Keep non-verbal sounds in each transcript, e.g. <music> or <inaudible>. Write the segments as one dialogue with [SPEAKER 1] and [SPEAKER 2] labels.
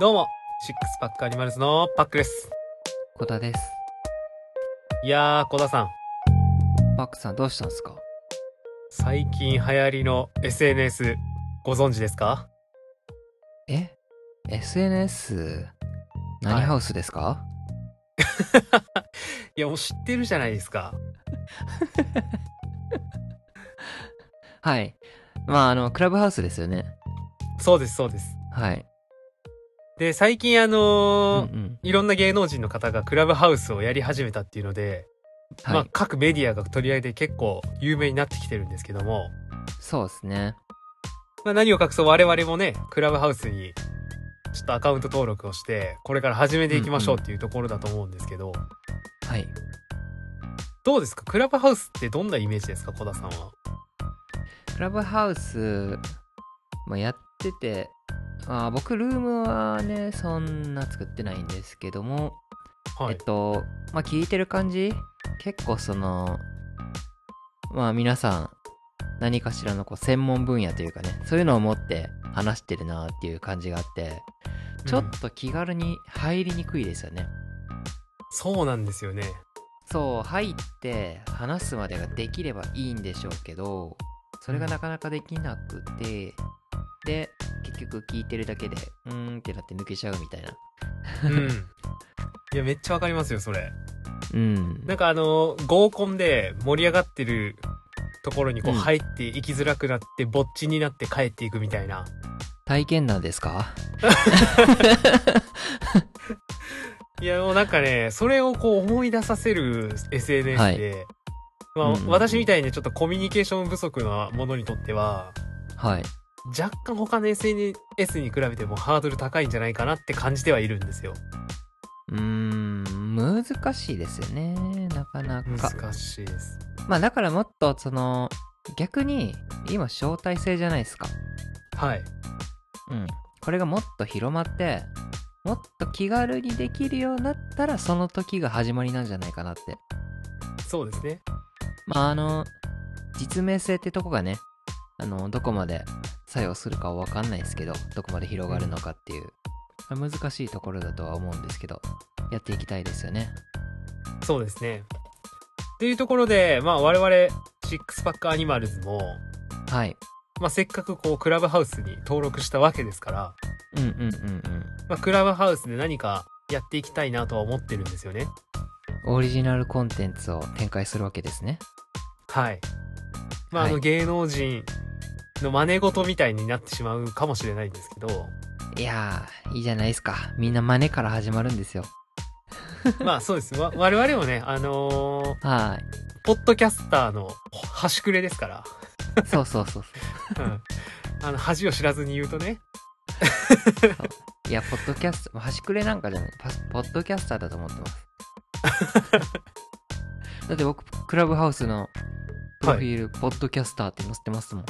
[SPEAKER 1] どうも、シックスパックアニマルズのパックです。
[SPEAKER 2] 小田です。
[SPEAKER 1] いやー、小田さん、
[SPEAKER 2] パックさんどうしたんですか
[SPEAKER 1] 最近流行りの SNS、ご存知ですか
[SPEAKER 2] え ?SNS? 何ハウスですか、
[SPEAKER 1] いや、もう知ってるじゃないですか。
[SPEAKER 2] はい、まあ、あの、クラブハウスですよね。
[SPEAKER 1] そうです、そうです。
[SPEAKER 2] はい。
[SPEAKER 1] で、最近あ
[SPEAKER 2] うんう
[SPEAKER 1] のー
[SPEAKER 2] ん。
[SPEAKER 1] いろんな芸能人の方がクラブハウスをやり始めたっていうので、ま
[SPEAKER 2] は
[SPEAKER 1] あ
[SPEAKER 2] い。
[SPEAKER 1] 各メディアが取り上げて結構有名になってきてるんですけども、
[SPEAKER 2] そうですね。
[SPEAKER 1] まあ何を隠そう我々もね、クラブハウスにちょっとアカウント登録をして、これから始めていきましょうっていうところだと思うんですけど、
[SPEAKER 2] はい。
[SPEAKER 1] どうですかクラブハウスってどんなイメージですか小田さんは。
[SPEAKER 2] クラブハウス、まあ、やってて、あー僕、ルームはね、そんな作ってないんですけども、
[SPEAKER 1] は
[SPEAKER 2] えっと、まあ、聞いてる感じ結構その、まあ、皆さん、何かしらのこう専門分野というかね、そういうのを持って話してるなっていう感じがあって、ちょっと気軽に入りにくいですよね。
[SPEAKER 1] そうなんですよ
[SPEAKER 2] <laughs>
[SPEAKER 1] ね。
[SPEAKER 2] そう、入って話すまでができればいいんでしょうけど、それがなかなかできなくて、で、結局聞いてるだけで、うーんってなって抜けちゃうみたいな。
[SPEAKER 1] うん。いや、めっちゃわかりますよ、それ。
[SPEAKER 2] うん。
[SPEAKER 1] なんかあの、合コンで盛り上がってるところにこう
[SPEAKER 2] うん
[SPEAKER 1] 入って行きづらくなって、ぼっちになって帰っていくみたいな。
[SPEAKER 2] 体験談ですか
[SPEAKER 1] いや、もうなんかね、それをこう思い出させる SNS で、まあ、
[SPEAKER 2] うんうんうん
[SPEAKER 1] 私みたいにちょっとコミュニケーション不足なものにとっては、
[SPEAKER 2] はい。
[SPEAKER 1] 若干他の SNS に比べてもハードル高いんじゃないかなって感じてはいるんですよ。
[SPEAKER 2] うーん難しいですよねなかなか
[SPEAKER 1] 難しいです。
[SPEAKER 2] まあだからもっとその逆に今招待制じゃないですか
[SPEAKER 1] はい。
[SPEAKER 2] うんこれがもっと広まってもっと気軽にできるようになったらその時が始まりなんじゃないかなって
[SPEAKER 1] そうですね。
[SPEAKER 2] まああの実名性ってとこがねあのどこまで作用するかは分かんないですけどどこまで広がるのかっていう難しいところだとは思うんですけどやっていきたいですよね
[SPEAKER 1] そうですね。っていうところで、まあ我々、シックスパックアニマルズも、
[SPEAKER 2] はい
[SPEAKER 1] まあせっかくこう、クラブハウスに登録したわけですから、
[SPEAKER 2] うんうんうんうん
[SPEAKER 1] まあクラブハウスで何かやっていきたいなとは思ってるんですよね。
[SPEAKER 2] オリジナルコンテンツを展開するわけですね。
[SPEAKER 1] はい。まああの
[SPEAKER 2] はい
[SPEAKER 1] 芸能人の真似事みたいになってしまうかもしれないんですけど、 <laughs>
[SPEAKER 2] いやー、いいじゃないですか。みんな真似から始まるんですよ。
[SPEAKER 1] まあそうです。わ我々もね、あのー
[SPEAKER 2] は
[SPEAKER 1] ポッドキャスターの端くれですから、
[SPEAKER 2] ーい。そうそうそうそ
[SPEAKER 1] うん。あの、恥を知らずに言うとね、
[SPEAKER 2] う。いや、ポッドキャスト、端くれなんかじゃない。パスポッドキャスターだと思って
[SPEAKER 1] <laughs>
[SPEAKER 2] ます。だって僕、クラブハウスのプロフィール、ポッドキャスターって載せてますもん。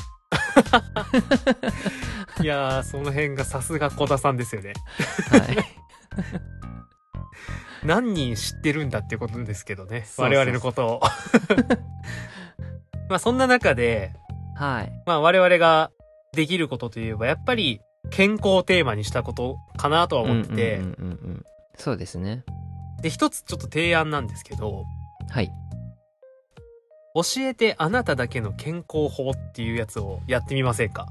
[SPEAKER 1] いやー、その辺がさすが小田さんですよね。
[SPEAKER 2] はい。
[SPEAKER 1] 何人知ってるんだっていうことですけどね。
[SPEAKER 2] そうそう
[SPEAKER 1] 我
[SPEAKER 2] そう
[SPEAKER 1] 々のことを。 <laughs> まあそんな中で、
[SPEAKER 2] はい。
[SPEAKER 1] まあ我々ができることといえば、やっぱり健康をテーマにしたことかなとは思って、
[SPEAKER 2] うんうんうんうんうんそうですね。
[SPEAKER 1] で、一つちょっと提案なんですけど、
[SPEAKER 2] はい。
[SPEAKER 1] 教えてあなただけの健康法っていうやつをやってみませんか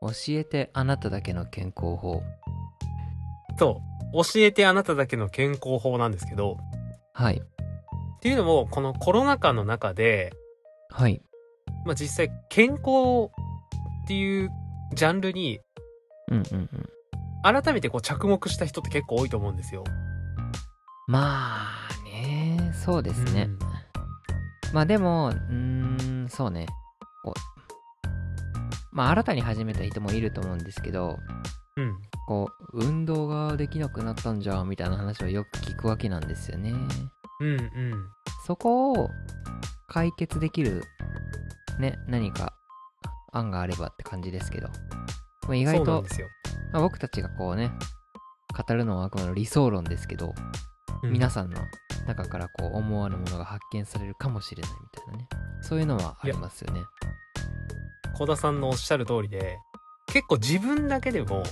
[SPEAKER 2] 教えてあなただけの健康法。
[SPEAKER 1] そう。教えてあなただけの健康法なんですけど、
[SPEAKER 2] はい。
[SPEAKER 1] っていうのも、このコロナ禍の中で、
[SPEAKER 2] はい。
[SPEAKER 1] まあ、実際健康っていうジャンルに
[SPEAKER 2] うんうんうん。
[SPEAKER 1] 改めてこう着目した人って結構多いと思うんですよ。
[SPEAKER 2] まあねそうですね、
[SPEAKER 1] うん
[SPEAKER 2] まあでもうーんそうねこうまあ新たに始めた人もいると思うんですけど
[SPEAKER 1] うん。
[SPEAKER 2] こう運動ができなくなったんじゃみたいな話をよく聞くわけなんですよね
[SPEAKER 1] うんうん。
[SPEAKER 2] そこを解決できるね何か案があればって感じですけどまあ意外
[SPEAKER 1] そうなん
[SPEAKER 2] と
[SPEAKER 1] で、すよ。
[SPEAKER 2] まあ僕たちがこうね語るのはあくまで理想論ですけど
[SPEAKER 1] うん
[SPEAKER 2] 皆さんの中からこう思わぬものが発見されるかもしれないみたいなねそういうのはありますよね
[SPEAKER 1] 小田さんのおっしゃる通りで、結構自分だけでも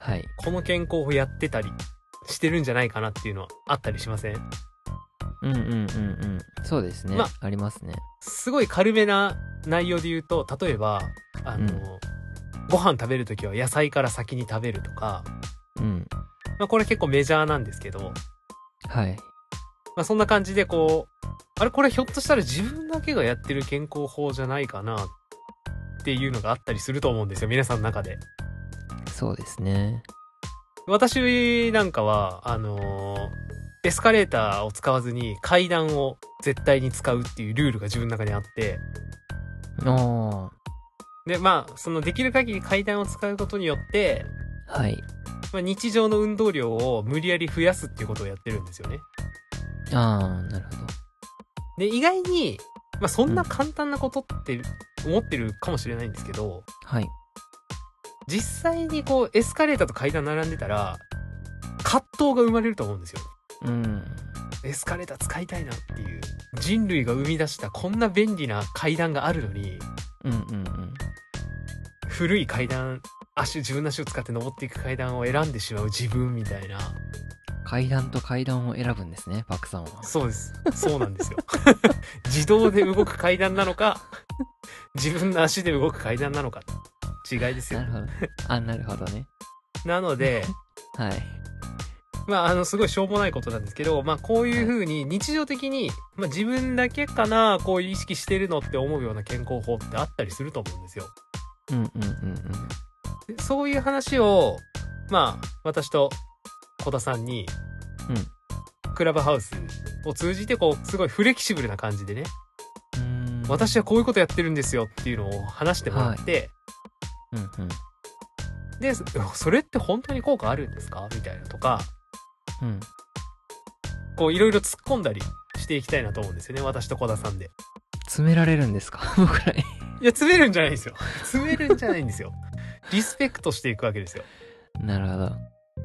[SPEAKER 2] はい。
[SPEAKER 1] この健康法やってたりしてるんじゃないかなっていうのはあったりしません
[SPEAKER 2] うんうんうんうん。そうですね。
[SPEAKER 1] ま
[SPEAKER 2] ありますね。
[SPEAKER 1] すごい軽めな内容で言うと例えばあの、
[SPEAKER 2] うん
[SPEAKER 1] ご飯食べるときは野菜から先に食べるとか、
[SPEAKER 2] うん。
[SPEAKER 1] まあ、これ結構メジャーなんですけど、ま
[SPEAKER 2] はい。
[SPEAKER 1] あ、そんな感じでこうあれこれひょっとしたら自分だけがやってる健康法じゃないかなっていうのがあったりすると思うんですよ皆さんの中で。
[SPEAKER 2] そうですね。
[SPEAKER 1] 私なんかはあのーエスカレーターを使わずに階段を絶対に使うっていうルールが自分の中にあって
[SPEAKER 2] あ
[SPEAKER 1] でまあそのできる限り階段を使うことによって、
[SPEAKER 2] あ。はい。
[SPEAKER 1] まあ、日常の運動量を無理やり増やすっていうことをやってるんですよね。
[SPEAKER 2] ああ、なるほど。
[SPEAKER 1] で意外に、まあ、そんな簡単なことって思ってるかもしれないんですけど
[SPEAKER 2] はい。
[SPEAKER 1] 実際にこうエスカレーターと階段並んでたら葛藤が生まれると思うんですよ。
[SPEAKER 2] うん。
[SPEAKER 1] エスカレーター使いたいなっていう人類が生み出したこんな便利な階段があるのに
[SPEAKER 2] うんうんうん。
[SPEAKER 1] 古い階段足自分の足を使って登っていく階段を選んでしまう自分みたいな
[SPEAKER 2] 階段と階段を選ぶんですね、パクさんは。
[SPEAKER 1] そうですそうなんですよ <laughs> 自動で動く階段なのか自分の足で動く階段なのか違いですよ
[SPEAKER 2] なるほど。あ、なるほどね。
[SPEAKER 1] なので
[SPEAKER 2] はい。
[SPEAKER 1] まああのすごいしょうもないことなんですけど、まあ、こういうふうに日常的に、まあ、自分だけかなこういう意識してるのって思うような健康法ってあったりすると思うんですよ
[SPEAKER 2] うんうんうん
[SPEAKER 1] でそういう話を、まあ、私と小田さんに、クラブハウスを通じて、こう、すごいフレキシブルな感じでね、
[SPEAKER 2] うん。うーん
[SPEAKER 1] 私はこういうことやってるんですよっていうのを話してもらって、
[SPEAKER 2] うんうん
[SPEAKER 1] で、そそれって本当に効果あるんですかみたいなとか、
[SPEAKER 2] うん。
[SPEAKER 1] こう、いろいろ突っ込んだりしていきたいなと思うんですよね、私と小田さんで。
[SPEAKER 2] 詰められるんですか僕らに。
[SPEAKER 1] いや、詰めるんじゃないんですよ。 <laughs> 詰めるんじゃないんですよ。リスペクトしていくわけですよ。
[SPEAKER 2] なるほど。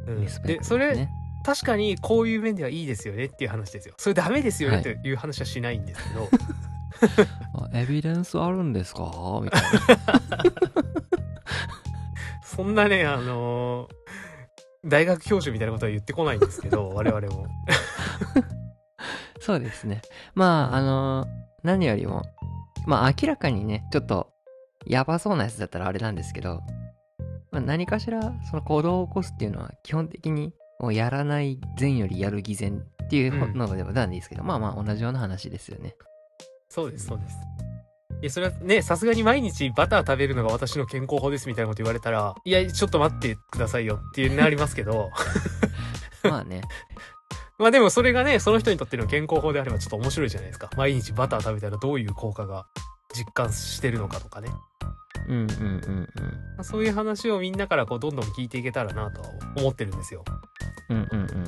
[SPEAKER 1] うん
[SPEAKER 2] リスペク
[SPEAKER 1] で、
[SPEAKER 2] ト
[SPEAKER 1] そ
[SPEAKER 2] です
[SPEAKER 1] れ、
[SPEAKER 2] ね。
[SPEAKER 1] 確かにこういう面ではいいですよねっていう話ですよ。それダメですよねという話はしないんですけど、 <laughs>
[SPEAKER 2] あエビデンスあるんですかみたい
[SPEAKER 1] そんなね、あのー大学教授みたいなことは言ってこないんですけ <laughs> ど、我々も。
[SPEAKER 2] な。そうですね。まあ、あの何よりも、まあ、明らかにね、ちょっと、やばそうなやつだったらあれなんですけど、まあ、何かしら、その行動を起こすっていうのは、基本的に、もうやらない善よりやる偽善っていうのでもなんですけど、まあまあ、同じような話ですよね。
[SPEAKER 1] そうです、そうです。いや、それはね、さすがに毎日バター食べるのが私の健康法ですみたいなこと言われたら、いや、ちょっと待ってくださいよっていうなりますけど、
[SPEAKER 2] まあね、
[SPEAKER 1] まあでもそれがね、その人にとっての健康法であればちょっと面白いじゃないですか。毎日バター食べたらどういう効果が実感してるのかとかね。
[SPEAKER 2] うんうんうん
[SPEAKER 1] まあそういう話をみんなからこうどんどん聞いていけたらなとは思ってるんですよ。
[SPEAKER 2] うん。うんうんうん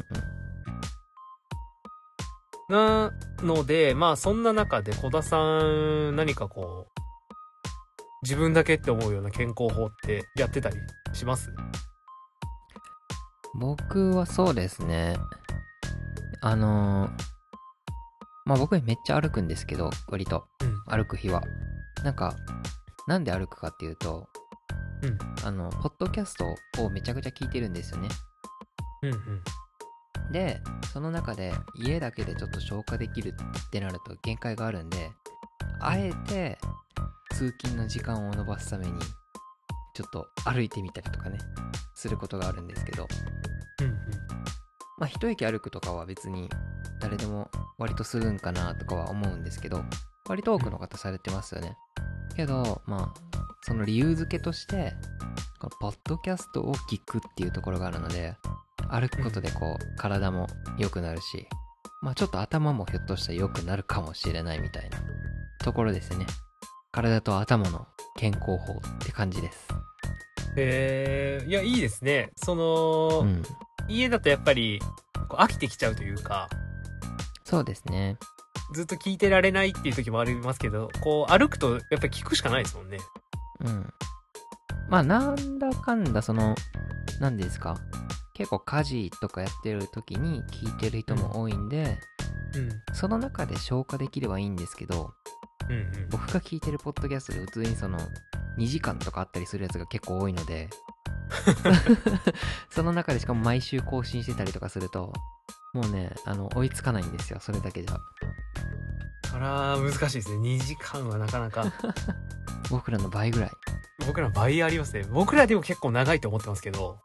[SPEAKER 1] なのでまあそんな中で小田さん何かこう自分だけって思うような健康法ってやってたりします
[SPEAKER 2] うん。僕はそうですね。あのーまあ僕めっちゃ歩くんですけど、割と
[SPEAKER 1] うん。
[SPEAKER 2] 歩く日は。なんか、なんで歩くかっていうと、
[SPEAKER 1] うん
[SPEAKER 2] あの、ポッドキャストをめちゃくちゃ聞いてるんですよね。
[SPEAKER 1] うんうん。
[SPEAKER 2] で、その中で家だけでちょっと消化できるってなると限界があるんで、あえて通勤の時間を延ばすために、ちょっと歩いてみたりとかね、することがあるんですけど、
[SPEAKER 1] うん
[SPEAKER 2] まあ一駅歩くとかは別に誰でも割とするんかなとかは思うんですけど、割と多くの方されてますよね。けど、まあ、その理由付けとして、このポッドキャストを聞くっていうところがあるので、歩くことでこう、体も良くなるし、まあちょっと頭もひょっとしたら良くなるかもしれないみたいなところですね。体と頭の健康法って感じです。
[SPEAKER 1] えー、いやいいですね。そうの、
[SPEAKER 2] ん。
[SPEAKER 1] 家だとやっぱりこう飽きてきちゃうというか
[SPEAKER 2] そうですね。
[SPEAKER 1] ずっと聞いてられないっていう時もありますけどこう歩くとやっぱり聞くしかないですもんね。
[SPEAKER 2] うん。まあ、なんだかんだ、その、なんですか。結構家事とかやってる時に聞いてる人も多いんで、
[SPEAKER 1] うん
[SPEAKER 2] その中で消化できればいいんですけど、
[SPEAKER 1] うんうん
[SPEAKER 2] <laughs> 僕が聞いてるポッドキャストで普通にその、2時間とかあったりするやつが結構多いので、その中でしかも毎週更新してたりとかすると、もうね、あの、追いつかないんですよ、それだけじゃ。
[SPEAKER 1] それは難しいですね2時間はなかなか <laughs>
[SPEAKER 2] 僕らの倍ぐらい。
[SPEAKER 1] 僕ら倍ありますね僕らでも結構長いと思ってますけど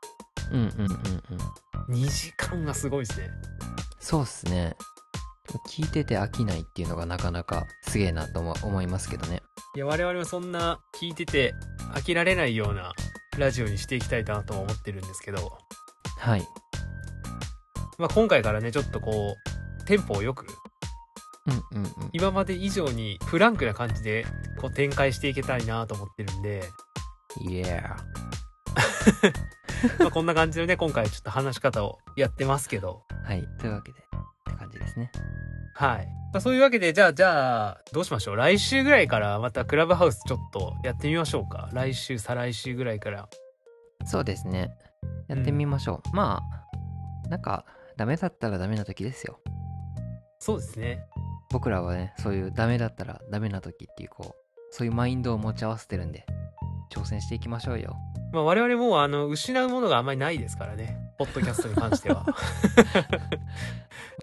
[SPEAKER 2] うんうんうんうん。
[SPEAKER 1] 2時間がすごいですね
[SPEAKER 2] そうっすね。聞いてて飽きないっていうのがなかなかすげえなとも思いますけどね。
[SPEAKER 1] いや我々はそんな聞いてて飽きられないようなラジオにしていきたいなとは思ってるんですけど、
[SPEAKER 2] はい。
[SPEAKER 1] まあ、今回からねちょっとこうテンポをよく
[SPEAKER 2] うんうんうん。
[SPEAKER 1] 今まで以上にフランクな感じでこう展開していけたいなと思ってるんで、
[SPEAKER 2] イエー。
[SPEAKER 1] まあ、こんな感じでね今回ちょっと話し方をやってますけど
[SPEAKER 2] はい。というわけで、って感じですね。
[SPEAKER 1] はい、まあ、そういうわけでじゃあじゃあどうしましょう来週ぐらいからまたクラブハウスちょっとやってみましょうか来週再来週ぐらいから
[SPEAKER 2] そうですね。やってみましょう。まあ、なんか、ダメだったらダメな時ですよ。
[SPEAKER 1] そうですね
[SPEAKER 2] 僕らはね、そういうダメだったらダメな時っていう、こう、そういうマインドを持ち合わせてるんで、挑戦していきましょうよ。
[SPEAKER 1] まあ我々もうあの失うものがあんまりないですからねポッドキャストに関しては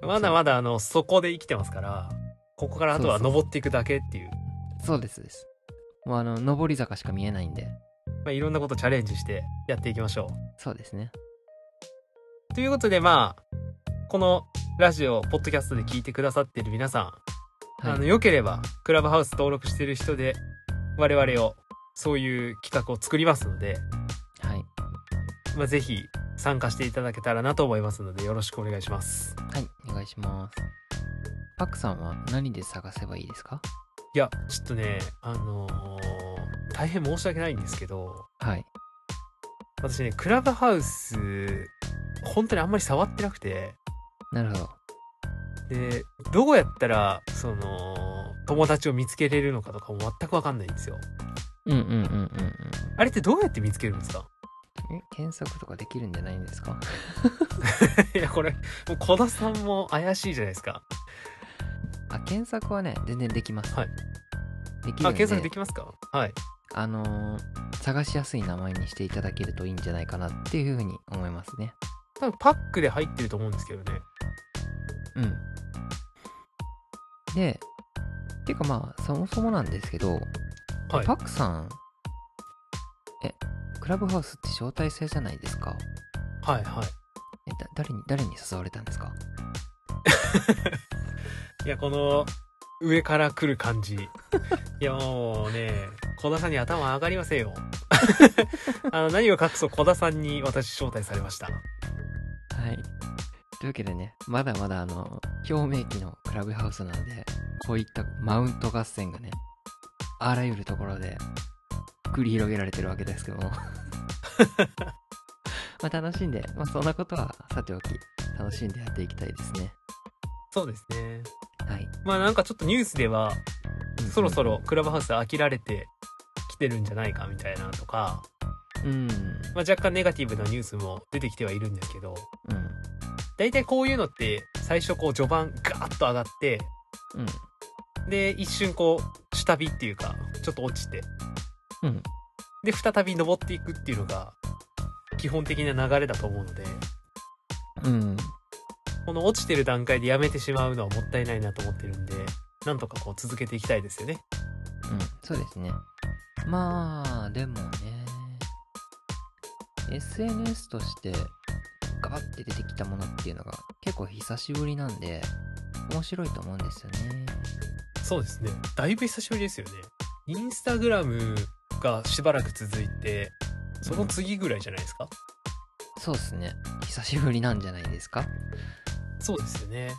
[SPEAKER 1] まだまだあのそこで生きてますからここからあとは登っていくだけっていう
[SPEAKER 2] そうですそうです。もうあの、上り坂しか見えないんで、
[SPEAKER 1] まあ、いろんなことチャレンジしてやっていきましょう
[SPEAKER 2] そうですね。
[SPEAKER 1] ということでまあこのラジオポッドキャストで聞いてくださっている皆さん、あ
[SPEAKER 2] は
[SPEAKER 1] の
[SPEAKER 2] い。
[SPEAKER 1] よければクラブハウス登録してる人で我々をそういう企画を作りますので、
[SPEAKER 2] はい。
[SPEAKER 1] まあ、ぜひ参加していただけたらなと思いますのでよろしくお願いします
[SPEAKER 2] はい。お願いします。パクさんは何で探せばいいですか
[SPEAKER 1] いやちょっとねあのー大変申し訳ないんですけど
[SPEAKER 2] はい。
[SPEAKER 1] 私ねクラブハウス本当にあんまり触ってなくて
[SPEAKER 2] なるほど。
[SPEAKER 1] でどうやったらその友達を見つけれるのかとかも全く分かんないんですよ
[SPEAKER 2] うんうんうんうんうん。
[SPEAKER 1] あれってどうやって見つけるんですか <laughs>
[SPEAKER 2] え、検索とかできるんじゃないんですか
[SPEAKER 1] いやこれもう小田さんも怪しいじゃないですか
[SPEAKER 2] あ、検索はね、全然できます。
[SPEAKER 1] はい。
[SPEAKER 2] できる
[SPEAKER 1] あ
[SPEAKER 2] んで
[SPEAKER 1] 検索できますかはい
[SPEAKER 2] あのー探しやすい名前にしていただけるといいんじゃないかなっていうふうに思いますね。
[SPEAKER 1] 多分パックで入ってると思うんですけどね
[SPEAKER 2] うん。で、てかまあ、そもそもなんですけど、
[SPEAKER 1] はい
[SPEAKER 2] パクさん、え、クラブハウスって招待制じゃないですか。
[SPEAKER 1] はいはい
[SPEAKER 2] え、だ誰に、誰に誘われたんですか
[SPEAKER 1] いやこの上から来る感じ <laughs> いやもうね小田さんに頭上がりません <laughs> よあの何を隠そう小田さんに私招待されました
[SPEAKER 2] はい。というわけでね、まだまだあの、表明期のクラブハウスなので、こういったマウント合戦がね、あらゆるところで繰り広げられてるわけですけ <laughs> ども。まあ楽しんで、まあそんなことはさておき、楽しんでやっていきたいですね。
[SPEAKER 1] そうですね
[SPEAKER 2] はい。
[SPEAKER 1] まあなんかちょっとニュースでは
[SPEAKER 2] うん
[SPEAKER 1] そろそろ。クラブハウス飽きられてきてるんじゃないかみたいなとか、
[SPEAKER 2] うん。
[SPEAKER 1] まあ、若干ネガティブなニュースも出てきてはいるんですけど
[SPEAKER 2] うん。
[SPEAKER 1] 大体こういうのって最初こう序盤ガーッと上がって
[SPEAKER 2] うん。
[SPEAKER 1] で一瞬こう下火っていうかちょっと落ちて
[SPEAKER 2] うん。
[SPEAKER 1] で再び登っていくっていうのが基本的な流れだと思うので
[SPEAKER 2] うん。
[SPEAKER 1] この落ちてる段階でやめてしまうのはもったいないなと思ってるんでなんとかこう続けていきたいですよね。
[SPEAKER 2] うん、そうですね。まあ、でもね、SNS としてガバって出てきたものっていうのが結構久しぶりなんで、面白いと思うんですよね。
[SPEAKER 1] そうですねだいぶ久しぶりですよねインスタグラムがしばらく続いてその次ぐらいじゃないですか、
[SPEAKER 2] そうですね。久しぶりなんじゃないですか。
[SPEAKER 1] そうですよね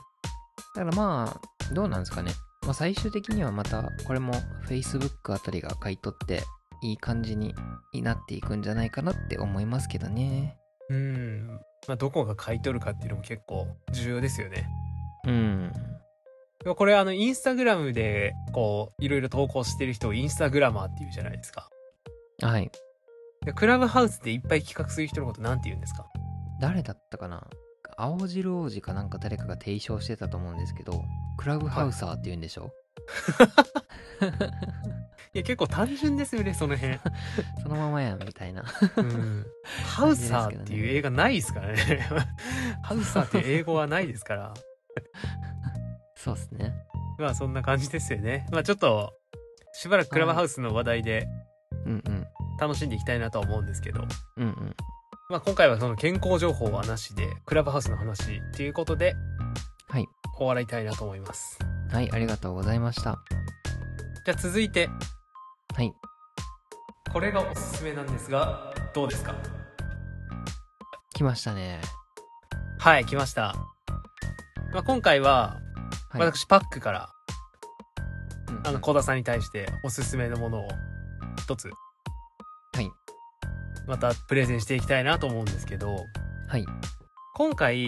[SPEAKER 2] だからまあ、どうなんですかね。まあ最終的にはまた、これも Facebook あたりが買い取って、いい感じになっていくんじゃないかなって思いますけどね。
[SPEAKER 1] うんまあどこが買い取るかっていうのも結構重要ですよね
[SPEAKER 2] うん。
[SPEAKER 1] でもこれあのインスタグラムでこういろいろ投稿してる人をインスタグラマーっていうじゃないですか
[SPEAKER 2] はい。
[SPEAKER 1] でクラブハウスでいっぱい企画する人のことなんて言うんですか
[SPEAKER 2] 誰だったかな青汁王子かなんか誰かが提唱してたと思うんですけどクラブハウサーって言うんでしょ、
[SPEAKER 1] いや、結構単純ですよね、その辺。
[SPEAKER 2] <laughs> そのままやんみたいな <laughs>
[SPEAKER 1] うんハウサーっていう映画ないですからね。 <laughs> ハウサーっていう英語はないですから。
[SPEAKER 2] そうっすね
[SPEAKER 1] まあそんな感じですよね。まあちょっと、しばらくクラブハウスの話題で
[SPEAKER 2] うんうん
[SPEAKER 1] 楽しんでいきたいなとは思うんですけど、
[SPEAKER 2] うんうん
[SPEAKER 1] まあ今回はその健康情報はなしで、クラブハウスの話っていうことで
[SPEAKER 2] はい
[SPEAKER 1] 終わりたいなと思います。
[SPEAKER 2] はいありがとうございました
[SPEAKER 1] じゃあ続いて、
[SPEAKER 2] はい
[SPEAKER 1] これがおすすめなんですが、どうですか
[SPEAKER 2] 来ましたね
[SPEAKER 1] はい、来ました。まあ今回は、
[SPEAKER 2] はい
[SPEAKER 1] 私パックから、
[SPEAKER 2] うんうん
[SPEAKER 1] あの、小田さんに対しておすすめのものを一つ、
[SPEAKER 2] はい
[SPEAKER 1] またプレゼンしていきたいなと思うんですけど、
[SPEAKER 2] はい
[SPEAKER 1] 今回、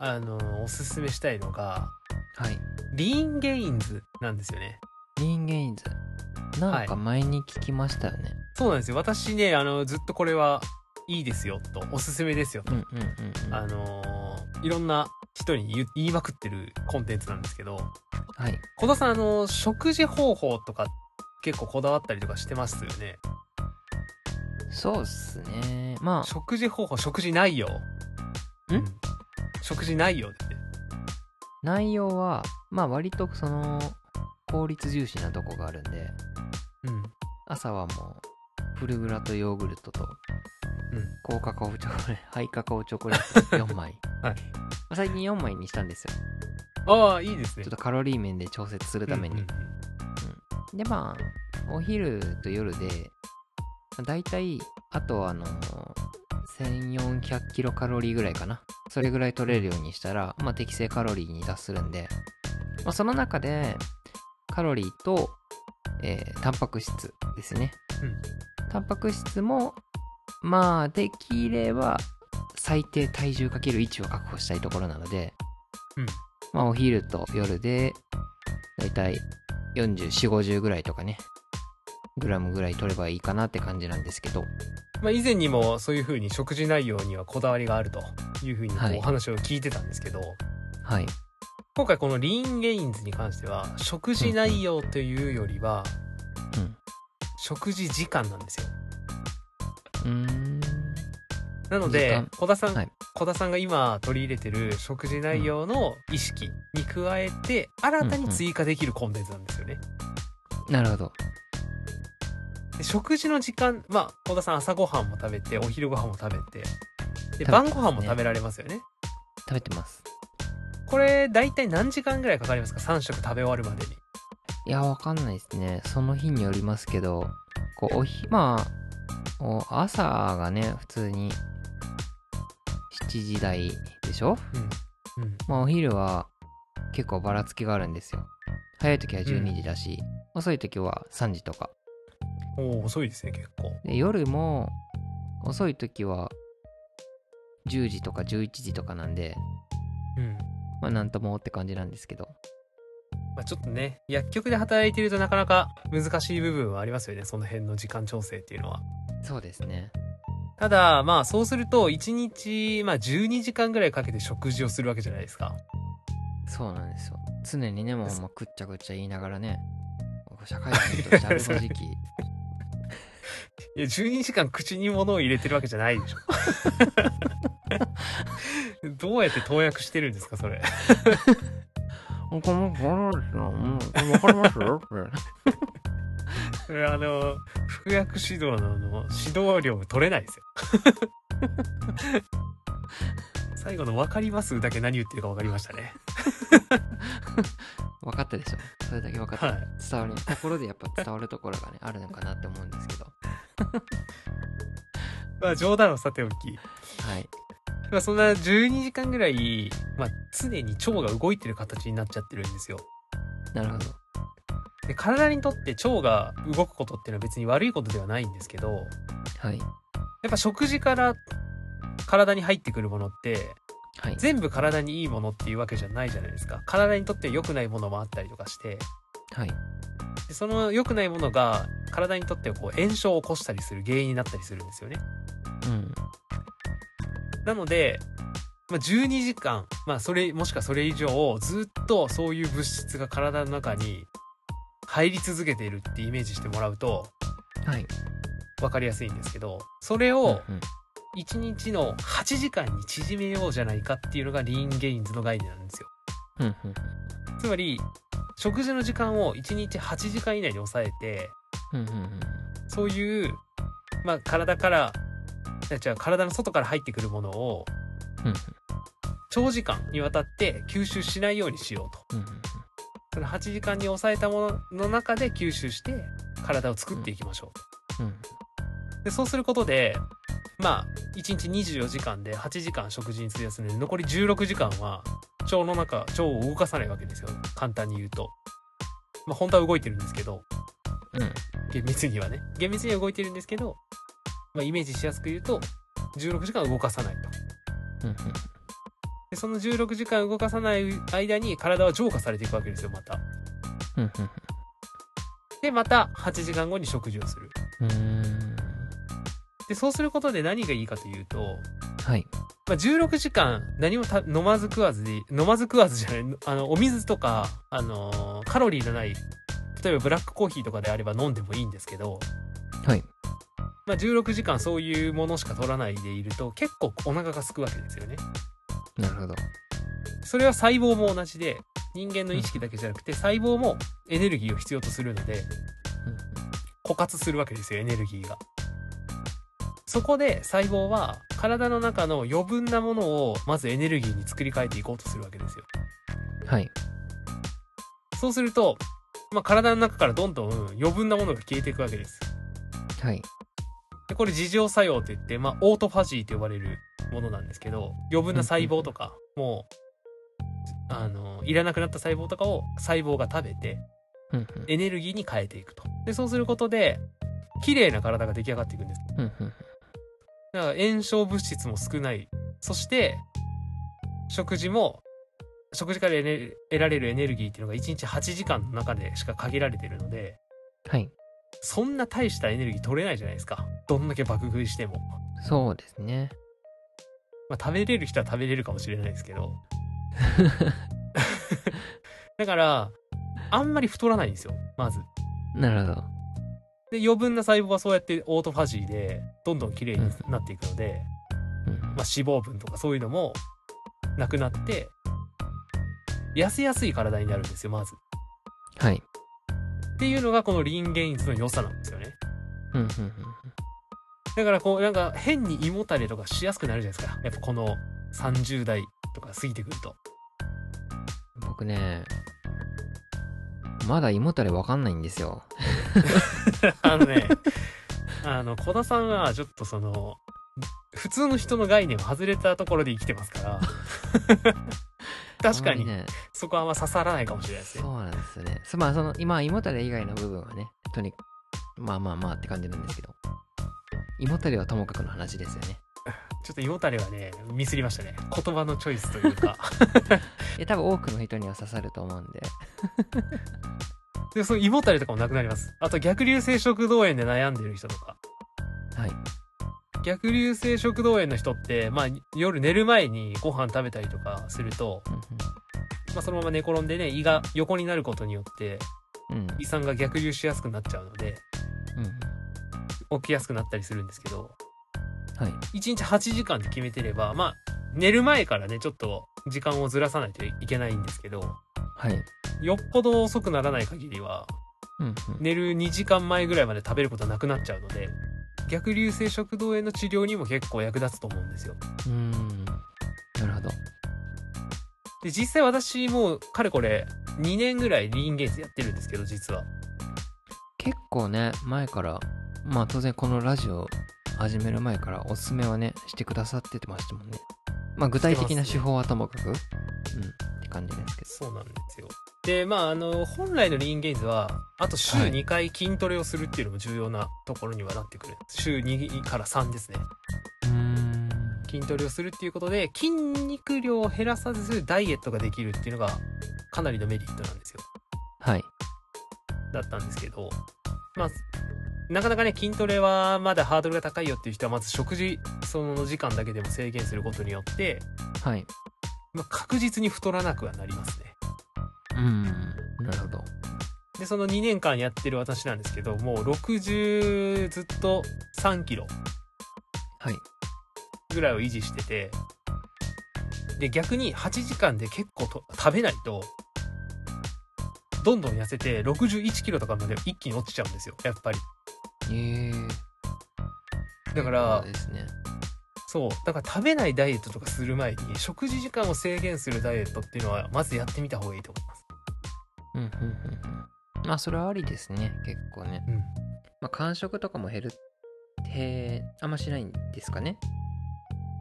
[SPEAKER 1] あの、おすすめしたいのが、
[SPEAKER 2] はい
[SPEAKER 1] リーンゲインズなんですよね。
[SPEAKER 2] リーン・ゲインズなんか前に聞きましたよね、
[SPEAKER 1] そうなんですよ。私ね、あの、ずっとこれはいいですよ、と、おすすめですよ、と。
[SPEAKER 2] うんうんうんうん
[SPEAKER 1] あのーいろんな人に言う言いまくってるコンテンツなんですけど、
[SPEAKER 2] はい
[SPEAKER 1] 小田さん、あの、食事方法とか結構こだわったりとかしてますよね。
[SPEAKER 2] そうっすねまあ
[SPEAKER 1] 食事方法、食事内容。
[SPEAKER 2] ん
[SPEAKER 1] 食事内容ですね。
[SPEAKER 2] 内容はまあ割とその効率重視なとこがあるんで
[SPEAKER 1] うん。
[SPEAKER 2] 朝はもうフルグラとヨーグルトと、
[SPEAKER 1] ん
[SPEAKER 2] 高カカオチョコレート <laughs> ハイカカオチョコレート4枚、
[SPEAKER 1] <laughs> はい
[SPEAKER 2] まあ最近4枚にしたんですよ
[SPEAKER 1] ああ、いいですね。
[SPEAKER 2] ちょっとカロリー面で調節するため
[SPEAKER 1] う
[SPEAKER 2] に、
[SPEAKER 1] んうんうん
[SPEAKER 2] でまあお昼と夜でだいたいあとあの1400キロカロリーぐらいかなそれぐらい取れるようにしたら、まあ、適正カロリーに達するんで、まあ、その中でカロリーと、えータンパク質ですね、タンパク質もまあできれば最低体重かける1を確保したいところなので、
[SPEAKER 1] うん
[SPEAKER 2] まあお昼と夜でだいたい4450ぐらいとかねグラムぐらい取ればいいかなって感じなんですけど
[SPEAKER 1] まあ、以前にもそういうふうに食事内容にはこだわりがあるというふうにこ
[SPEAKER 2] は
[SPEAKER 1] う
[SPEAKER 2] い
[SPEAKER 1] お話を聞いてたんですけど、
[SPEAKER 2] はい
[SPEAKER 1] 今回このリーンゲインズに関しては食事内容というよりは
[SPEAKER 2] うん
[SPEAKER 1] 食事時間なんですよ。
[SPEAKER 2] うーん
[SPEAKER 1] なの
[SPEAKER 2] 時
[SPEAKER 1] で
[SPEAKER 2] 間
[SPEAKER 1] 小田さん、
[SPEAKER 2] はい
[SPEAKER 1] 小田さんが今取り入れてる食事内容の意識に加えて新たに追加できるコンテンツなんですよね。
[SPEAKER 2] なるほど
[SPEAKER 1] で食事の時間まあ小田さん朝ごはんも食べてお昼ごはんも食べてで
[SPEAKER 2] 食べてます
[SPEAKER 1] 晩
[SPEAKER 2] ね
[SPEAKER 1] ごはんも食べられますよね。
[SPEAKER 2] 食べてます
[SPEAKER 1] これ大体何時間ぐらいかかりますか3食食べ終わるまでに。
[SPEAKER 2] いや、わかんないですね。その日によりますけど、こう、おひ、まあ、お朝がね、普通に、7時台でしょ
[SPEAKER 1] うんうん
[SPEAKER 2] まあ、お昼は、結構ばらつきがあるんですよ。早い時は
[SPEAKER 1] うん
[SPEAKER 2] 12時だし、遅い時は3時とか。
[SPEAKER 1] おお遅いですね結構
[SPEAKER 2] で、夜も、遅い時は、10時とか11時とかなんで、
[SPEAKER 1] うん
[SPEAKER 2] まあ、なんともって感じなんですけど。
[SPEAKER 1] まあ、ちょっとね薬局で働いているとなかなか難しい部分はありますよねその辺の時間調整っていうのは
[SPEAKER 2] そうですね。
[SPEAKER 1] ただまあそうすると1日、まあ、12時間ぐらいかけて食事をするわけじゃないですか
[SPEAKER 2] そうなんですよ常にねもうほんまくっちゃくっちゃ言いながら <laughs> ね社会人としてあるまじき
[SPEAKER 1] いや12時間口に物を入れてるわけじゃない <laughs> でしょどうやって投薬してるんですかそれ
[SPEAKER 2] このこのわかりますよ
[SPEAKER 1] それあの服薬指導のあの指導料取れないですよ <laughs> 最後の「分かります」だけ何言ってるか分かりましたね
[SPEAKER 2] 分かったでしょ <laughs> それだけ分かった、
[SPEAKER 1] はい
[SPEAKER 2] 伝わる心でやっぱ伝わるところがねあるのかなって思うんですけど
[SPEAKER 1] まあ冗談はさておき、
[SPEAKER 2] はい
[SPEAKER 1] まあ、そんな12時間ぐらい、まあ、常に腸が動いてる形になっちゃってるんですよ
[SPEAKER 2] なるほど
[SPEAKER 1] で体にとって腸が動くことっていうのは別に悪いことではないんですけどや
[SPEAKER 2] はい
[SPEAKER 1] っぱ食事から体に入ってくるものって
[SPEAKER 2] はい
[SPEAKER 1] 全部体にいいものっていうわけじゃないじゃないですか体にとって良くないものもあったりとかして
[SPEAKER 2] はい
[SPEAKER 1] でその良くないものが体にとってこう炎症を起こしたりする原因になったりするんですよね
[SPEAKER 2] うん
[SPEAKER 1] なので、まあ、12時間、まあ、それもしくはそれ以上ずっとそういう物質が体の中に入り続けているってイメージしてもらうと
[SPEAKER 2] はい。
[SPEAKER 1] 分かりやすいんですけどそれを
[SPEAKER 2] うんうん
[SPEAKER 1] 1日の8時間に縮めようじゃないかっていうのがリーンゲインズの概念なんですよ。
[SPEAKER 2] うんうん
[SPEAKER 1] つまり食事の時間を1日8時間以内に抑えて
[SPEAKER 2] うんうんうん
[SPEAKER 1] そういう、まあ、体からじゃあ体の外から入ってくるものを
[SPEAKER 2] うん
[SPEAKER 1] 長時間にわたって吸収しないようにしようと
[SPEAKER 2] うん
[SPEAKER 1] その8時間に抑えたものの中で吸収して体を作っていきましょ
[SPEAKER 2] うん
[SPEAKER 1] うでそうすることでまあ1日24時間で8時間食事に費やすので残り16時間は腸の中腸を動かさないわけですよ簡単に言うと。まあ、本当は動いてるんですけど
[SPEAKER 2] うんうん
[SPEAKER 1] 厳密にはね厳密には動いてるんですけど、まあ、イメージしやすく言うと16時間動かさないと
[SPEAKER 2] うんうん
[SPEAKER 1] でその16時間動かさない間に体は浄化されていくわけですよまた
[SPEAKER 2] うん
[SPEAKER 1] でまた8時間後に食事をする
[SPEAKER 2] うんうん
[SPEAKER 1] でそうすることで何がいいかというと、
[SPEAKER 2] はい
[SPEAKER 1] まあ、16時間何もた飲まず食わずで飲まず食わずじゃないあのお水とか、あのーカロリーのない例えばブラックコーヒーとかであれば飲んでもいいんですけど、
[SPEAKER 2] はい
[SPEAKER 1] まあ、16時間そういうものしか取らないでいると結構お腹が空くわけですよね
[SPEAKER 2] なるほど
[SPEAKER 1] それは細胞も同じで人間の意識だけじゃなくて細胞もエネルギーを必要とするので枯渇するわけですよエネルギーが。そこで細胞は体の中の余分なものをまずエネルギーに作り変えていこうとするわけですよ。
[SPEAKER 2] はい
[SPEAKER 1] そうすると、まあ、体の中からどんどん余分なものが消えていくわけです。
[SPEAKER 2] はい
[SPEAKER 1] でこれ自浄作用といって、まあ、オートファジーと呼ばれるものなんですけど余分な細胞とかもうあのいらなくなった細胞とかを細胞が食べて
[SPEAKER 2] うん
[SPEAKER 1] エネルギーに変えていくと。でそうすることで綺麗な体が出来上がっていくんです。
[SPEAKER 2] うんうん
[SPEAKER 1] だから炎症物質も少ないそして食事も食事からエネ得られるエネルギーっていうのが1日8時間の中でしか限られてるので
[SPEAKER 2] はい
[SPEAKER 1] そんな大したエネルギー取れないじゃないですかどんだけ爆食いしても、
[SPEAKER 2] そうですね
[SPEAKER 1] まあ、食べれる人は食べれるかもしれないですけどだからあんまり太らないんですよまず
[SPEAKER 2] なるほど
[SPEAKER 1] で余分な細胞はそうやってオートファジーでどんどん綺麗になっていくので、
[SPEAKER 2] うん
[SPEAKER 1] まあ、脂肪分とかそういうのもなくなって痩せやすい体になるんですよまず
[SPEAKER 2] はい
[SPEAKER 1] っていうのがこのリンゲインズの良さなんですよね
[SPEAKER 2] うんうん
[SPEAKER 1] だからこうなんか変に胃もたれとかしやすくなるじゃないですかやっぱこの30代とか過ぎてくると
[SPEAKER 2] うん僕ねまだ胃もたれわかんないんですよ
[SPEAKER 1] あのねあの小田さんはちょっとその普通の人の概念を外れたところで生きてますから
[SPEAKER 2] <laughs>
[SPEAKER 1] 確か
[SPEAKER 2] あんまり
[SPEAKER 1] に
[SPEAKER 2] ね
[SPEAKER 1] そこはあんま刺さらないかもしれないです
[SPEAKER 2] そう
[SPEAKER 1] ね
[SPEAKER 2] なんですよねそまあその今胃もたれ以外の部分はねとにかくまあまあまあって感じなんですけど胃もたれはともかくの話ですよね
[SPEAKER 1] ちょっと胃もたれはねミスりましたね言葉のチョイスという
[SPEAKER 2] <laughs>
[SPEAKER 1] か
[SPEAKER 2] え多分多くの人には刺さると思うんで
[SPEAKER 1] で、その胃もたれとかもなくなります。あと逆流性食道炎で悩んでる人とか。
[SPEAKER 2] はい
[SPEAKER 1] 逆流性食道炎の人って、まあ夜寝る前にご飯食べたりとかすると、まあそのまま寝転んでね、胃が横になることによって、
[SPEAKER 2] うんうん
[SPEAKER 1] 胃酸が逆流しやすくなっちゃうので、
[SPEAKER 2] うん
[SPEAKER 1] 起きやすくなったりするんですけど、
[SPEAKER 2] はい
[SPEAKER 1] 1日8時間って決めてれば、まあ寝る前からね、ちょっと時間をずらさないといけないんですけど、
[SPEAKER 2] はい
[SPEAKER 1] よっぽど遅くならない限りは、
[SPEAKER 2] うん
[SPEAKER 1] 寝る2時間前ぐらいまで食べることはなくなっちゃうので逆流性食道炎の治療にも結構役立つと思うんですよ
[SPEAKER 2] うんうんなるほど
[SPEAKER 1] で実際私もうかれこれ2年ぐらいリンゲインズやってるんですけど実は
[SPEAKER 2] 結構ね前からまあ当然このラジオ始める前からおすすめはねしてくださってましたもんねまあ具体的な手法はともかく、うんって感じですけど
[SPEAKER 1] そうなんですよでまああの本来のリンゲインズはあと週
[SPEAKER 2] はい
[SPEAKER 1] 2回筋トレをするっていうのも重要なところにはなってくる週2から3ですね
[SPEAKER 2] うーん
[SPEAKER 1] 筋トレをするっていうことで筋肉量を減らさずダイエットができるっていうのがかなりのメリットなんですよ
[SPEAKER 2] はい
[SPEAKER 1] だったんですけど、まあ、なかなかね筋トレはまだハードルが高いよっていう人はまず食事その時間だけでも制限することによって、
[SPEAKER 2] はい
[SPEAKER 1] まあ、確実に太らなくはなりますね
[SPEAKER 2] うんなるほど
[SPEAKER 1] でその2年間やってる私なんですけどもう60ずっと3キロ
[SPEAKER 2] はい
[SPEAKER 1] ぐらいを維持しててで逆に8時間で結構と食べないとどんどん痩せて61キロとかまで一気に落ちちゃうんですよやっぱり
[SPEAKER 2] え
[SPEAKER 1] だから
[SPEAKER 2] ですね
[SPEAKER 1] そうだから食べないダイエットとかする前に食事時間を制限するダイエットっていうのはまずやってみた方がいいと思います
[SPEAKER 2] うんうんうんうんまあそれはありですね結構ね
[SPEAKER 1] うん
[SPEAKER 2] まあ間食とかも減るってあんましないんですかね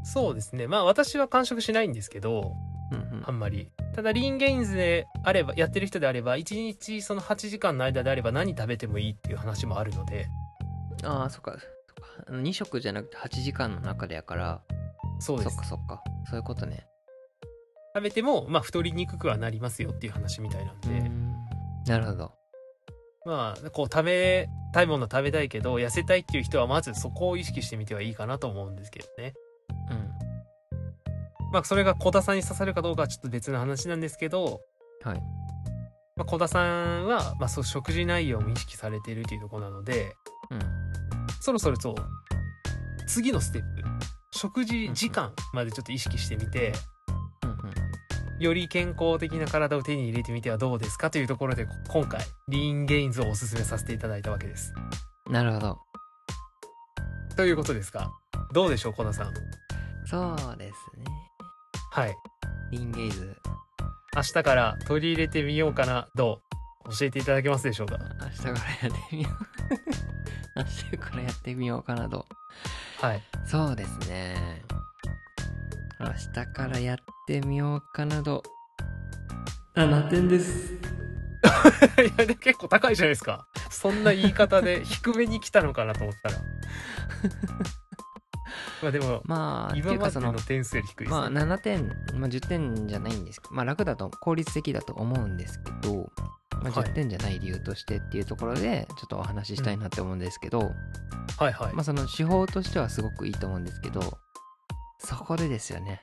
[SPEAKER 1] そうですねまあ私は完食しないんですけど
[SPEAKER 2] うんうん
[SPEAKER 1] あんまりただリーンゲインズであればやってる人であれば1日その8時間の間であれば何食べてもいいっていう話もあるので
[SPEAKER 2] ああそっかそっか2食じゃなくて8時間の中でやから
[SPEAKER 1] そうで
[SPEAKER 2] そ
[SPEAKER 1] す
[SPEAKER 2] っかそっかそういうことね
[SPEAKER 1] 食べてもまあ太りにくくはなりますよっていう話みたいなんで、
[SPEAKER 2] うんなるほど
[SPEAKER 1] まあこう食べたいもの食べたいけど痩せたいっていう人はまずそこを意識してみてはいいかなと思うんですけどね
[SPEAKER 2] うん
[SPEAKER 1] まあそれが小田さんに刺さるかどうかはちょっと別の話なんですけど、
[SPEAKER 2] はい
[SPEAKER 1] まあ、小田さんはまあそう食事内容も意識されているというところなので
[SPEAKER 2] うん
[SPEAKER 1] そろそろそう次のステップ食事時間までちょっと意識してみて
[SPEAKER 2] うんうん
[SPEAKER 1] より健康的な体を手に入れてみてはどうですかというところでこ今回リーンゲインズをおすすめさせていただいたわけです。
[SPEAKER 2] なるほど
[SPEAKER 1] ということですがどうでしょう小田さん。
[SPEAKER 2] そうですね
[SPEAKER 1] はい
[SPEAKER 2] リンゲイズ
[SPEAKER 1] 明日から取り入れてみようかなどう教えていただけますでしょうか
[SPEAKER 2] 明日からやってみよう <laughs> 明日からやってみようかなと <laughs>
[SPEAKER 1] はい
[SPEAKER 2] そうですね明日からやってみようかなと7点です
[SPEAKER 1] いや、で結構高いじゃないですか。そんな言い方で低めに来たのかなと思
[SPEAKER 2] <laughs>
[SPEAKER 1] ったら。まあでも、
[SPEAKER 2] まあって
[SPEAKER 1] 今
[SPEAKER 2] いう
[SPEAKER 1] ま
[SPEAKER 2] か
[SPEAKER 1] で
[SPEAKER 2] そ
[SPEAKER 1] の
[SPEAKER 2] の
[SPEAKER 1] 点数より低いです、ね。
[SPEAKER 2] まあ7点、まあ、10点じゃないんですけど、まあ、楽だと効率的だと思うんですけど、
[SPEAKER 1] は
[SPEAKER 2] まあ、
[SPEAKER 1] い
[SPEAKER 2] 10点じゃない理由としてっていうところでちょっとお話ししたいなって思うんですけど、
[SPEAKER 1] はいはい。
[SPEAKER 2] まあその手法としてはすごくいいと思うんですけどそこでですよね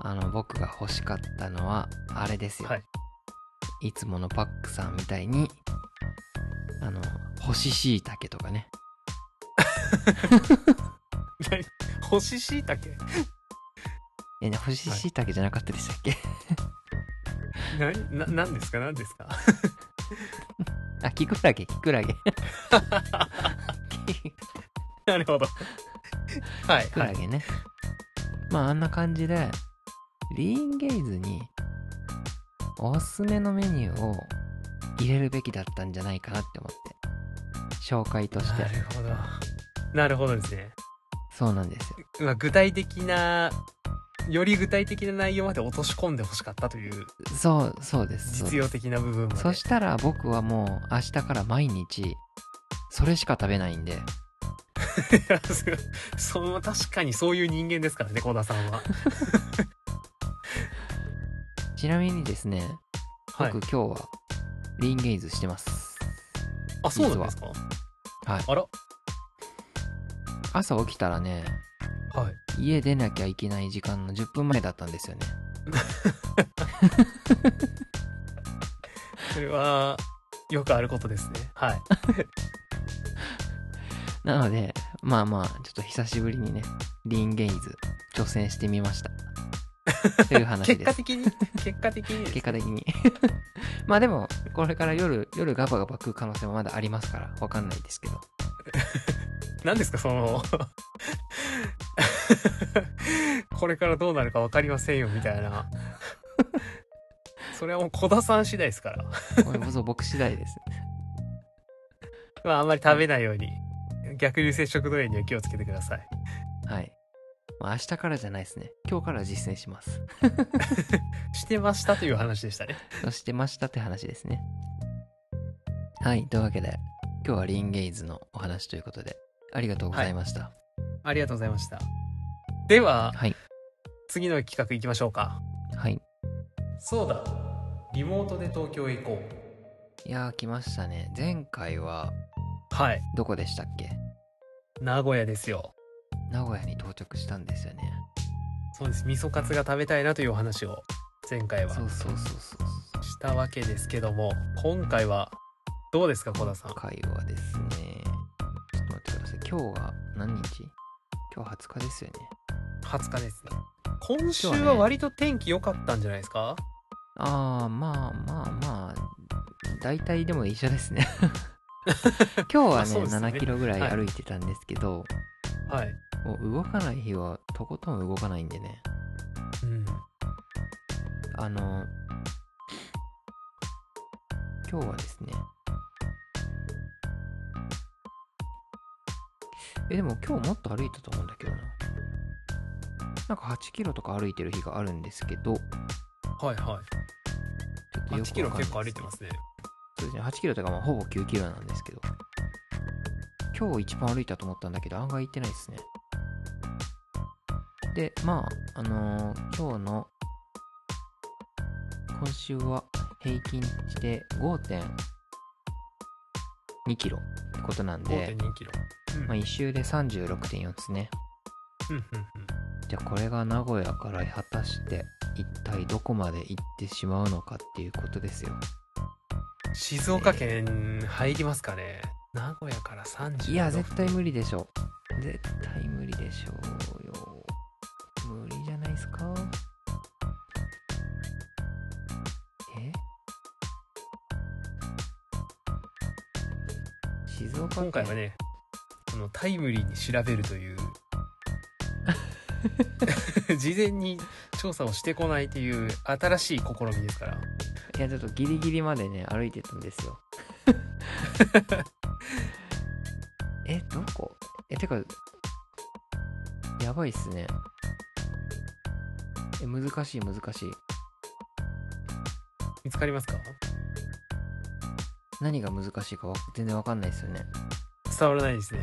[SPEAKER 2] あの僕が欲しかったのはあれですよ、
[SPEAKER 1] はい <laughs>
[SPEAKER 2] いつものパックさんみたいにあの干し椎茸とかね
[SPEAKER 1] 干し椎茸
[SPEAKER 2] えね干し椎茸じゃなかったでしたっけ、
[SPEAKER 1] 何な何ですか何ですか <laughs>
[SPEAKER 2] あキクラゲキクラゲ
[SPEAKER 1] なるほど。 <laughs> はい
[SPEAKER 2] ク
[SPEAKER 1] は
[SPEAKER 2] ラ
[SPEAKER 1] い。
[SPEAKER 2] ゲね、まああんな感じでリーンゲイズにおすすめのメニューを入れるべきだったんじゃないかなって思って紹介として
[SPEAKER 1] なるほど。なるほどですね。
[SPEAKER 2] そうなんですよ
[SPEAKER 1] まあ具体的な、より具体的な内容まで落とし込んでほしかったという
[SPEAKER 2] そうそうですそう
[SPEAKER 1] 実用的な部分まで。
[SPEAKER 2] そしたら僕はもう明日から毎日それしか食べないんで
[SPEAKER 1] いや <laughs> その確かにそういう人間ですからね、小田さんは。
[SPEAKER 2] ちなみにですね
[SPEAKER 1] はい
[SPEAKER 2] <laughs> 僕。今日はリーンゲイズしてます、
[SPEAKER 1] あ、そうなんですか
[SPEAKER 2] はい
[SPEAKER 1] あら。
[SPEAKER 2] 朝起きたらね
[SPEAKER 1] はい。
[SPEAKER 2] 家出なきゃいけない時間の10分前だったんですよね
[SPEAKER 1] それはよくあることですねはい
[SPEAKER 2] なので、まあまあ、ちょっと久しぶりにね、リンゲイズ、挑戦してみました。 <laughs> という
[SPEAKER 1] 結
[SPEAKER 2] 話で
[SPEAKER 1] 果
[SPEAKER 2] す。
[SPEAKER 1] 的に <laughs> 結果的に
[SPEAKER 2] 結果的に。 <laughs> まあでも、これから夜、夜ガバガバ食う可能性もまだありますから、わかんないですけど。
[SPEAKER 1] 何ですかその <laughs> これからどうなるか分かりませんよみたいなそれはもう小田さん次第ですから
[SPEAKER 2] これこそ僕次第 <laughs> です。
[SPEAKER 1] まああんまり食べないように逆流性食道炎には気をつけてください
[SPEAKER 2] はい。まあ明日からじゃないですね。今日から実践します。
[SPEAKER 1] してましたという話でしたね
[SPEAKER 2] そしてましたって話ですね。はい。というわけで、今日はリンゲイズのお話ということで、ありがとうございました。
[SPEAKER 1] ありがとうございましたでは
[SPEAKER 2] はい。
[SPEAKER 1] 次の企画いきましょうか
[SPEAKER 2] はい。
[SPEAKER 1] そうだリモートで東京へ行こう
[SPEAKER 2] いやー、来ましたね。前回は、
[SPEAKER 1] はい
[SPEAKER 2] どこでしたっけ
[SPEAKER 1] 名古屋ですよ
[SPEAKER 2] 名古屋に到着したんですよね
[SPEAKER 1] そうです味噌カツが食べたいなというお話を前回は
[SPEAKER 2] そうそうそうそう
[SPEAKER 1] したわけですけども今回はどうですか小田さん
[SPEAKER 2] 会話ですね。ちょっと待ってください。今日が何日今日20日ですよね。
[SPEAKER 1] 20日ですね今週は割と天気良かったんじゃないですか、
[SPEAKER 2] ああ、まあまあまあ、大体でも一緒で
[SPEAKER 1] <laughs>
[SPEAKER 2] すね。今日
[SPEAKER 1] ま
[SPEAKER 2] は
[SPEAKER 1] あ
[SPEAKER 2] ね
[SPEAKER 1] そうですね
[SPEAKER 2] 7キロぐらい
[SPEAKER 1] はい
[SPEAKER 2] 歩いてたんですけど、
[SPEAKER 1] はい、
[SPEAKER 2] もう動かない日はとことん動かないんでね。
[SPEAKER 1] うん、
[SPEAKER 2] あの、今日はですね。え、でも今日もっと歩いたと思うんだけどな。なんか8キロとか歩いてる日があるんですけど、ちょ
[SPEAKER 1] はいは
[SPEAKER 2] っと
[SPEAKER 1] い
[SPEAKER 2] よくわかんないです
[SPEAKER 1] 8キロ結構歩いてま。すね
[SPEAKER 2] そうですね、8キロとかまあほぼ9キロなんですけど。今日一番歩いたと思ったんだけど、案外行ってないですね。で、まあ、あのー今日の、今週は平均値で5.2キロってことなんで
[SPEAKER 1] 5、2キロうん
[SPEAKER 2] まあ、1周で36.4ですね。
[SPEAKER 1] うんうんうん
[SPEAKER 2] じゃあこれが名古屋から果たして一体どこまで行ってしまうのかっていうことですよ。
[SPEAKER 1] 静岡県入りますかね名古屋から30
[SPEAKER 2] いや、絶対無理でしょう。絶対無理でしょうよ。無理じゃないですか。え静岡県
[SPEAKER 1] 今回はねあのタイムリーに調べると
[SPEAKER 2] <laughs>
[SPEAKER 1] いう事前に調査をしてこないという新しい試みですから
[SPEAKER 2] いやちょっとギリギリまでね歩いてたんですよ <laughs> えどこえてかやばいっすねえ難しい難しい
[SPEAKER 1] 見つかりますか
[SPEAKER 2] 何が難しいかわ全然わかんないですよね
[SPEAKER 1] 伝わらないですね、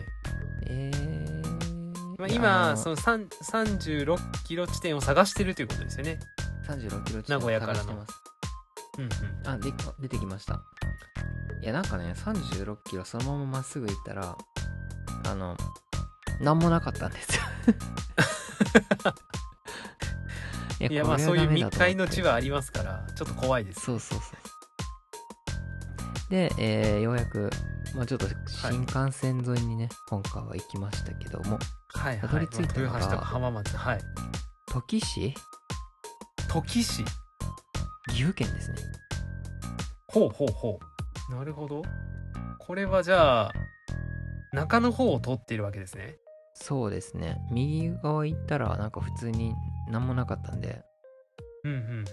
[SPEAKER 2] えー、
[SPEAKER 1] まあ、
[SPEAKER 2] いや
[SPEAKER 1] 今
[SPEAKER 2] の
[SPEAKER 1] その3 36キロ地点を探してるということですよね
[SPEAKER 2] 36キロ地
[SPEAKER 1] 名古屋からの
[SPEAKER 2] 探してます
[SPEAKER 1] うんうん
[SPEAKER 2] あであ出てきましたいやなんかね36キロそのまままっすぐ行ったらあの何もなかったんですよ <laughs> い
[SPEAKER 1] いやまあ
[SPEAKER 2] こ
[SPEAKER 1] そう
[SPEAKER 2] れ
[SPEAKER 1] い
[SPEAKER 2] は
[SPEAKER 1] う
[SPEAKER 2] ダメだ
[SPEAKER 1] 密
[SPEAKER 2] と思っ
[SPEAKER 1] 会
[SPEAKER 2] て
[SPEAKER 1] の地はありますからちょっと怖いです
[SPEAKER 2] そうそうそうで、えーようやく、まあ、ちょっと新幹線沿いにね、今回は行きましたけども
[SPEAKER 1] はい
[SPEAKER 2] たど
[SPEAKER 1] はい
[SPEAKER 2] り着いたのが
[SPEAKER 1] まあ豊橋とか浜松はい
[SPEAKER 2] 土岐市
[SPEAKER 1] 土岐市
[SPEAKER 2] 岐阜県ですね
[SPEAKER 1] ほうほうほうなるほどこれはじゃあ中の方を通っているわけですね
[SPEAKER 2] そうですね右側行ったらなんか普通に何もなかったんで
[SPEAKER 1] うんうんうん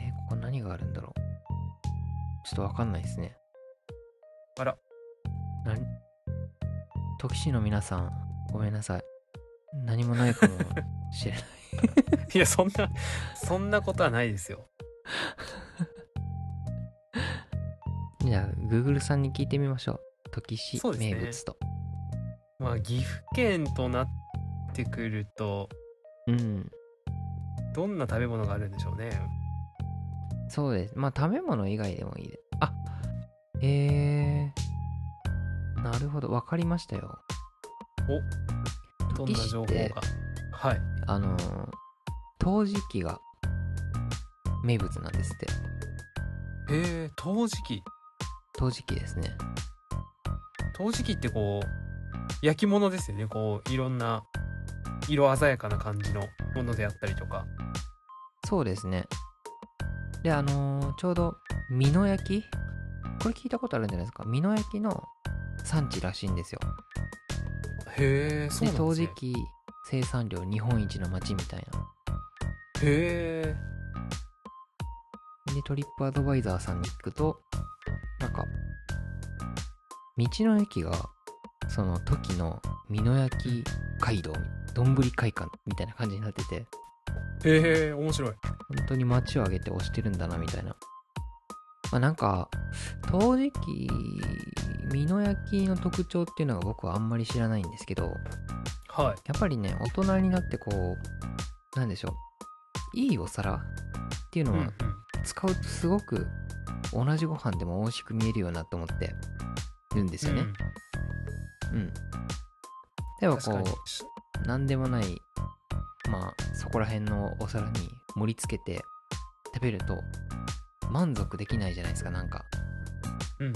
[SPEAKER 2] えここ何があるんだろうちょっとわかんないですね
[SPEAKER 1] あら
[SPEAKER 2] 何時市の皆さんごめんなさい何もないかもしれ
[SPEAKER 1] <laughs>
[SPEAKER 2] ない
[SPEAKER 1] いやそんなそんなことはないですよ
[SPEAKER 2] じゃあ Google さんに聞いてみましょう時市
[SPEAKER 1] そうですね
[SPEAKER 2] 名物と
[SPEAKER 1] まあ岐阜県となってくると
[SPEAKER 2] うん
[SPEAKER 1] どんな食べ物があるんでしょうね
[SPEAKER 2] そうですまあ食べ物以外でもいいであえー、なるほどわかりましたよ
[SPEAKER 1] どんな情報
[SPEAKER 2] 時
[SPEAKER 1] がはい
[SPEAKER 2] あのー陶磁器が名物なんですって
[SPEAKER 1] えー、陶磁器
[SPEAKER 2] 陶磁器ですね
[SPEAKER 1] 陶磁器ってこう焼き物ですよねこういろんな色鮮やかな感じのものであったりとか
[SPEAKER 2] そうですね。で、あのーちょうど、美濃焼きこれ聞いたことあるんじゃないですか。美濃焼きの産地らしいんですよ。
[SPEAKER 1] へえそうなん
[SPEAKER 2] 陶
[SPEAKER 1] ですね
[SPEAKER 2] 磁器生産量日本一の町みたいな。
[SPEAKER 1] へえ
[SPEAKER 2] で、トリップアドバイザーさんに聞くと、なんか、道の駅が、その時の美濃焼き街道、どんぶり会館みたいな感じになってて、
[SPEAKER 1] へえ面白い
[SPEAKER 2] 本当に街を挙げて推してるんだなみたいな。まあ、なんか、陶磁器、美濃焼きの特徴っていうのが僕はあんまり知らないんですけど、
[SPEAKER 1] はい
[SPEAKER 2] やっぱりね、大人になってこう、なんでしょう、いいお皿っていうの
[SPEAKER 1] うんう
[SPEAKER 2] は
[SPEAKER 1] ん
[SPEAKER 2] 使うとすごく同じご飯でも美味しく見えるよなと思ってるんですよね。うん。では
[SPEAKER 1] 確
[SPEAKER 2] こ
[SPEAKER 1] かに
[SPEAKER 2] う、何でもないまあそこら辺のお皿に盛り付けて食べると満足できないじゃないですかなんか
[SPEAKER 1] うんうん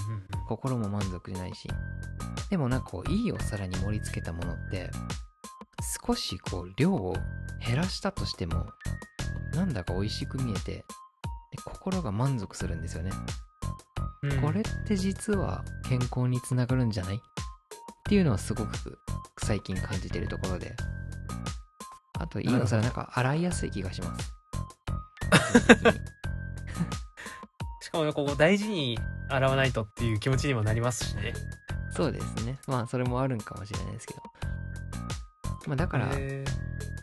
[SPEAKER 2] 心も満足じゃないしでもなんかこういいお皿に盛り付けたものって少しこう量を減らしたとしてもなんだか美味しく見えてで心が満足するんですよね
[SPEAKER 1] うんうん
[SPEAKER 2] これって実は健康につながるんじゃないっていうのをすごく最近感じてるところであといいお皿なんか洗いやすい気がします
[SPEAKER 1] しかもここ大事に洗わないとっていう気持ちにもなりますしね
[SPEAKER 2] そうですねまあそれもあるんかもしれないですけど、まあ、だから
[SPEAKER 1] へ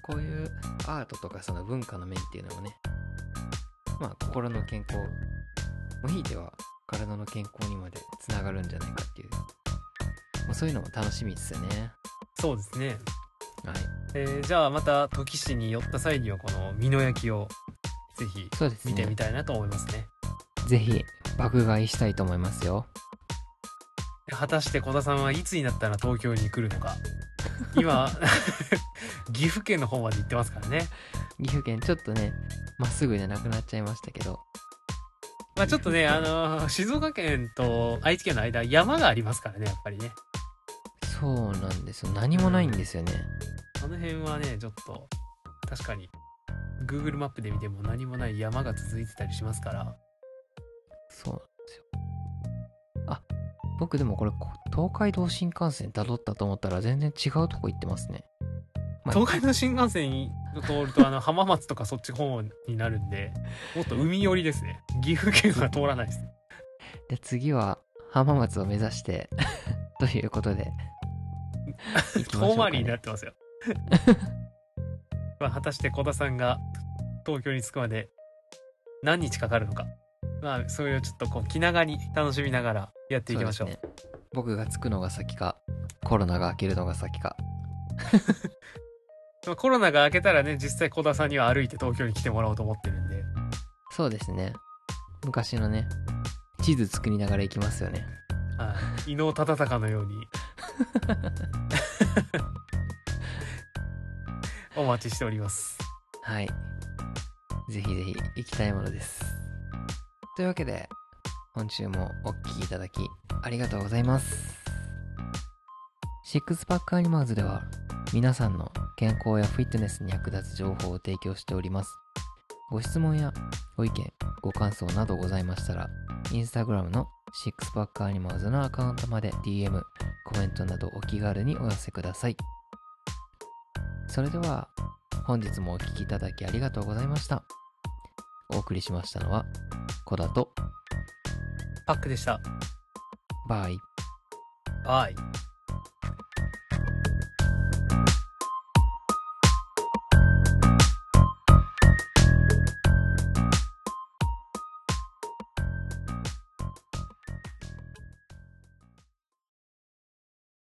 [SPEAKER 2] こういうアートとかその文化の面っていうのもねまあ心の健康もひいては体の健康にまでつながるんじゃないかっていう、まあ、そういうのも楽しみですよね
[SPEAKER 1] ーそうですね
[SPEAKER 2] はい
[SPEAKER 1] えーじゃあまた時市に寄った際にはこの美濃焼きをぜひ
[SPEAKER 2] そうですね
[SPEAKER 1] 見てみたいなと思いますね
[SPEAKER 2] ぜひ爆買いしたいと思いますよ。
[SPEAKER 1] 果たして小田さんはいつになったら東京に来るのか今 <laughs> 岐阜県の方まで行ってますからね
[SPEAKER 2] 岐阜県ちょっとねまっすぐじゃなくなっちゃいましたけど
[SPEAKER 1] まあちょっとねあのー静岡県と愛知県の間山がありますからねやっぱりね
[SPEAKER 2] そうなんですよ何もないんですよね、
[SPEAKER 1] あの辺はねちょっと確かに Google マップで見ても何もない山が続いてたりしますから
[SPEAKER 2] そうなんですよあ僕でもこれこ東海道新幹線たどったと思ったら全然違うとこ行ってますね、まあ
[SPEAKER 1] 東海道新幹線を通るとあの浜松とかそっち方になるんでもっと海寄りですね岐阜県は通らないです
[SPEAKER 2] で次は浜松を目指して <laughs> というこ
[SPEAKER 1] <laughs>
[SPEAKER 2] とで行きましょう
[SPEAKER 1] 遠
[SPEAKER 2] か
[SPEAKER 1] 回りにな
[SPEAKER 2] ね
[SPEAKER 1] ってますよまあ果たして小田さんが東京に着くまで何日かかるのかまあそれをちょっとこう気長に楽しみながらやっていきましょう
[SPEAKER 2] そうですね僕が着くのが先かコロナが明けるのが先か
[SPEAKER 1] まあコロナが明けたらね実際小田さんには歩いて東京に来てもらおうと思ってるんで
[SPEAKER 2] そうですね昔のね地図作りながら行きますよね
[SPEAKER 1] はい伊能忠敬のようにお待ちしております
[SPEAKER 2] はい。ぜひぜひ行きたいものです。というわけで、今週もお聞きいただきありがとうございます。シックスパックアニマーズでは、皆さんの健康やフィットネスに役立つ情報を提供しております。ご質問やご意見、ご感想などございましたら、インスタグラムのシックスパックアニマーズのアカウントまで DM、コメントなどお気軽にお寄せください。それでは、本日もお聞きいただきありがとうございました。お送りしましたのは、コダと
[SPEAKER 1] パックでした
[SPEAKER 2] バイ。
[SPEAKER 1] バイ